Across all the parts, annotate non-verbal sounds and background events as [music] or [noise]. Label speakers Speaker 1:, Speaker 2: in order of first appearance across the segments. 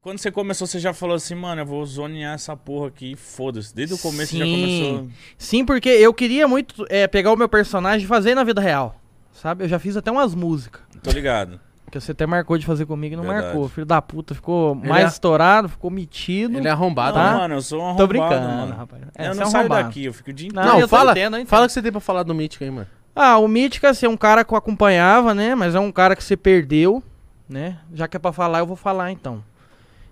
Speaker 1: Quando você começou, você já falou assim, mano, eu vou zonear essa porra aqui, foda-se. Desde o começo você já
Speaker 2: Sim.
Speaker 1: começou.
Speaker 2: Sim, porque eu queria muito é, pegar o meu personagem e fazer na vida real. Sabe? Eu já fiz até umas músicas.
Speaker 1: Tô ligado.
Speaker 2: Que você até marcou de fazer comigo e não
Speaker 1: Verdade.
Speaker 2: marcou. Filho da puta ficou
Speaker 3: Ele
Speaker 2: mais
Speaker 3: é-
Speaker 2: estourado, ficou metido.
Speaker 3: Ele é arrombado,
Speaker 2: Tá.
Speaker 3: né?
Speaker 1: Não, mano, eu sou um arrombado,
Speaker 2: Tô brincando,
Speaker 1: mano.
Speaker 2: rapaz.
Speaker 1: eu
Speaker 2: você
Speaker 1: não
Speaker 2: um
Speaker 1: saio
Speaker 2: arrombado.
Speaker 1: daqui, eu fico o dia
Speaker 2: Não,
Speaker 1: inteiro.
Speaker 3: Não,
Speaker 2: eu tô
Speaker 3: fala,
Speaker 2: entendendo, eu entendo.
Speaker 3: então. fala o que você tem pra falar do Mítico aí, mano.
Speaker 2: Ah, o Mítica, assim, é um cara que eu acompanhava, né? Mas é um cara que se perdeu, né? Já que é pra falar, eu vou falar então.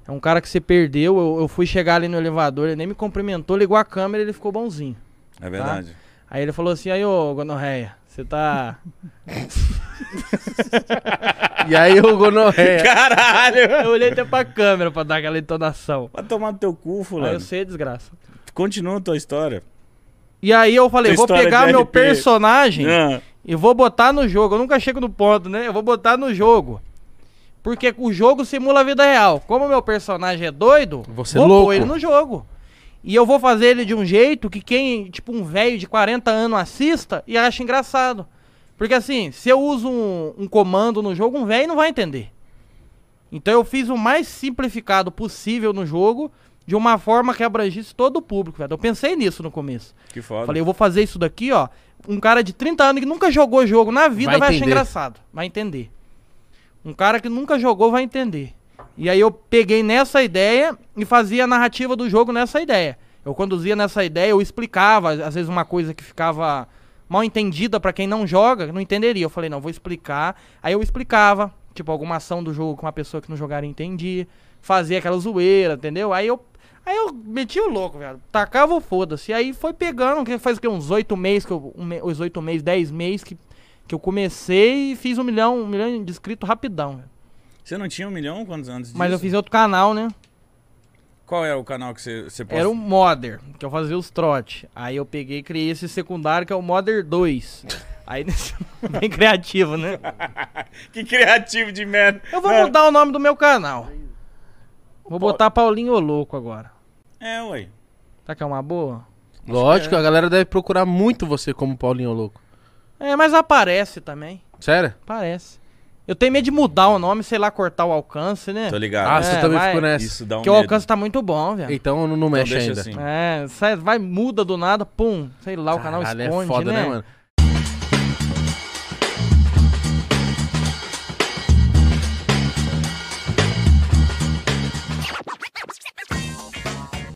Speaker 2: É um cara que se perdeu, eu, eu fui chegar ali no elevador, ele nem me cumprimentou, ligou a câmera e ele ficou bonzinho.
Speaker 1: É verdade.
Speaker 2: Aí ele falou assim, aí ô Gonorreia, você tá... [laughs]
Speaker 3: E aí o Gonorreia.
Speaker 1: Caralho!
Speaker 2: eu olhei até pra câmera pra dar aquela entonação.
Speaker 1: Vai tomar no teu cu,
Speaker 2: Aí
Speaker 1: fulano.
Speaker 2: eu sei, desgraça.
Speaker 1: Continua a tua história.
Speaker 2: E aí eu falei,
Speaker 1: Tua
Speaker 2: vou
Speaker 1: história
Speaker 2: pegar
Speaker 1: de
Speaker 2: meu
Speaker 1: LP.
Speaker 2: personagem...
Speaker 1: Ah,
Speaker 2: E vou botar no jogo. Eu nunca chego no ponto, né? Eu vou botar no jogo. Porque o jogo simula a vida real. Como meu personagem é doido,
Speaker 3: Você
Speaker 2: vou
Speaker 3: é louco.
Speaker 2: pôr ele no jogo. E eu vou fazer ele de um jeito que quem, tipo, um velho de 40 anos assista e acha engraçado. Porque assim, se eu uso um, um comando no jogo, um velho não vai entender. Então eu fiz o mais simplificado possível no jogo, de uma forma que abrangisse todo o público, velho. Eu pensei nisso no começo.
Speaker 1: [laughs] que foda.
Speaker 2: Falei, eu vou fazer isso daqui, ó. Um cara de 30 anos que nunca jogou jogo na vida vai,
Speaker 3: Vai
Speaker 2: achar
Speaker 3: entender.
Speaker 2: engraçado. Vai entender. Um cara que nunca jogou vai entender. E aí eu peguei nessa ideia e fazia a narrativa do jogo nessa ideia. Eu conduzia nessa ideia, eu explicava, às vezes, uma coisa que ficava mal entendida pra quem não joga, não entenderia. Eu falei, não, vou explicar. Aí eu explicava, tipo, alguma ação do jogo que uma pessoa que não jogaria entendia. Fazia aquela zoeira, entendeu? Aí eu Aí eu meti o louco, velho. Tacava o foda-se. E aí foi pegando, que faz o quê? Uns oito meses, que eu, um me- uns oito meses, dez meses que, que eu comecei e fiz um milhão, um milhão de inscritos rapidão, velho.
Speaker 1: Você não tinha um milhão quantos anos disso?
Speaker 2: Mas eu fiz em outro canal, né?
Speaker 1: Qual era o canal que você, você posta?
Speaker 2: Era um modder, que eu fazia os trote. Aí eu peguei e criei esse secundário que é o modder 2. Aí nesse... [laughs] bem criativo, né?
Speaker 1: [laughs] Que criativo de merda.
Speaker 2: Eu vou
Speaker 3: É.
Speaker 1: Ah,
Speaker 2: mudar o nome do meu canal. Vou botar Paulinho o Louco agora.
Speaker 1: É, ué.
Speaker 2: Tá que é uma boa?
Speaker 3: Lógico, a galera deve procurar muito você como Paulinho Louco.
Speaker 2: É, mas aparece também.
Speaker 3: Sério?
Speaker 2: Parece. Eu tenho medo de mudar o nome, sei lá, cortar o alcance, né?
Speaker 1: Tô
Speaker 3: Ah,
Speaker 1: ligado.
Speaker 2: É,
Speaker 3: você também
Speaker 2: vai.
Speaker 3: ficou nessa.
Speaker 1: Isso dá um
Speaker 2: Porque o
Speaker 1: medo.
Speaker 2: alcance tá muito bom, velho.
Speaker 3: Então não, não mexe
Speaker 1: deixa
Speaker 3: ainda.
Speaker 1: assim.
Speaker 2: É, sai, vai, muda do nada, pum, sei lá, o canal
Speaker 3: Caralho,
Speaker 2: esconde,
Speaker 3: é foda, né,
Speaker 2: né?
Speaker 3: mano?